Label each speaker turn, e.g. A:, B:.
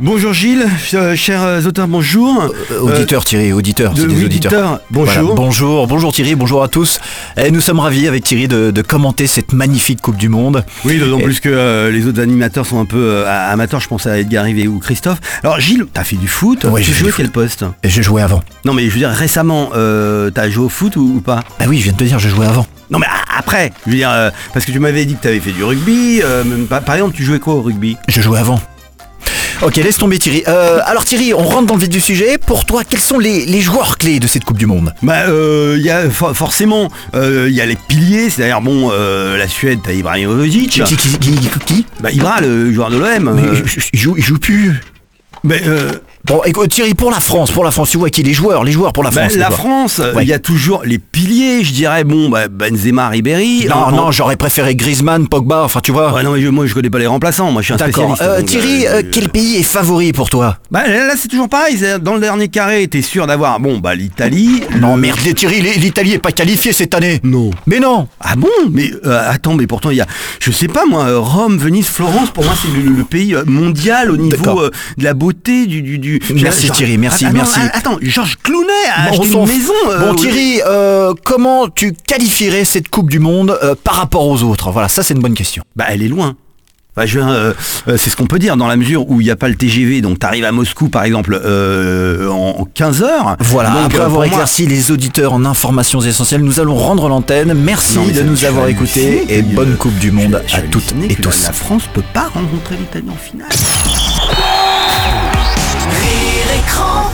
A: Bonjour Gilles, euh, chers euh, auteurs, bonjour.
B: Euh, Auditeurs, Thierry, auditeurs,
A: de-
B: c'est des
A: oui,
B: auditeurs.
A: auditeurs, bonjour.
B: bonjour, bonjour Thierry, bonjour à tous. Et nous sommes ravis avec Thierry de, de commenter cette magnifique Coupe du Monde.
A: Oui, d'autant
B: Et-
A: plus que euh, les autres animateurs sont un peu euh, amateurs, je pense à Edgar Rivet ou Christophe. Alors Gilles, t'as fait du foot,
B: Oui,
A: tu
B: j'ai fait
A: jouais
B: du
A: quel poste
B: Et j'ai joué avant.
A: Non mais je veux dire, récemment, euh, t'as joué au foot ou, ou pas
B: Bah oui, je viens de te dire, j'ai joué avant.
A: Non mais a- après, je veux dire, euh, parce que tu m'avais dit que t'avais fait du rugby, euh, même pas- par exemple, tu jouais quoi au rugby
B: Je jouais avant. Ok, laisse tomber Thierry. Euh, alors Thierry, on rentre dans le vif du sujet. Pour toi, quels sont les, les joueurs clés de cette Coupe du Monde
A: Bah, euh, il y a for- forcément, euh, il y a les piliers, c'est-à-dire, bon, euh, la Suède, t'as Ibrahimovic,
B: Qui qui, qui, qui- qui
A: bah euh, Ibra, le joueur de l'OM.
B: Mais je- je- il joue, il joue plus.
A: mais euh,
B: Bon, écoute, Thierry, pour la France, pour la France, tu vois qui Les joueurs, les joueurs pour la
A: Ben,
B: France.
A: la
B: les joueurs.
A: France, euh, il
B: Ouais.
A: y a toujours les piliers, je dirais. Bon, bah, Benzema, Ribéry.
B: Non,
A: En-
B: non,
A: en-
B: j'aurais préféré Griezmann, Pogba, enfin tu vois.
A: Ouais, non, mais je- moi je connais pas les remplaçants, moi je suis un
B: D'accord.
A: spécialiste.
B: Euh,
A: donc,
B: Thierry,
A: euh,
B: euh, quel pays est favori pour toi
A: Bah, là, là, c'est toujours pareil, c'est- dans le dernier carré, t'es sûr d'avoir, bon, bah l'Italie...
B: Non,
A: le-
B: merde, Thierry, l- l'Italie est pas qualifiée cette année.
A: Non.
B: Mais non
A: Ah bon Mais euh, attends, mais pourtant il y a, je sais pas moi, euh, Rome, Venise, Florence, pour moi c'est le, le- le pays euh, mondial au niveau
B: D'accord.
A: euh, de la beauté, du... du, du-
B: Merci,
A: Genre- ah,
B: Thierry, merci,
A: Attends,
B: merci.
A: Attends, Georges Clounet a
B: Bon, on
A: acheté
B: s'en
A: une
B: f-
A: maison... euh,
B: Bon,
A: au-
B: Thierry, euh, comment tu qualifierais cette Coupe du Monde euh, par rapport aux autres Voilà, ça c'est une bonne question.
A: Bah elle est loin. Bah, je, veux dire, euh, euh, c'est ce qu'on peut dire dans la mesure où il n'y a pas le TGV, donc t'arrives à Moscou par exemple euh, en en 15 heures.
B: Voilà,
A: Donc,
B: après
A: euh,
B: avoir
A: pour moi-
B: éclairci les auditeurs en informations essentielles, nous allons rendre l'antenne. Merci
A: Non, mais
B: de
A: ça-
B: nous
A: je
B: avoir
A: suis
B: écoutés
A: halluciné,
B: et
A: je-
B: bonne Coupe du
A: je-
B: Monde
A: je suis
B: à toutes
A: halluciné
B: et
A: que
B: tous.
A: La France peut pas rencontrer l'Italie en finale.
C: Rire et crampe.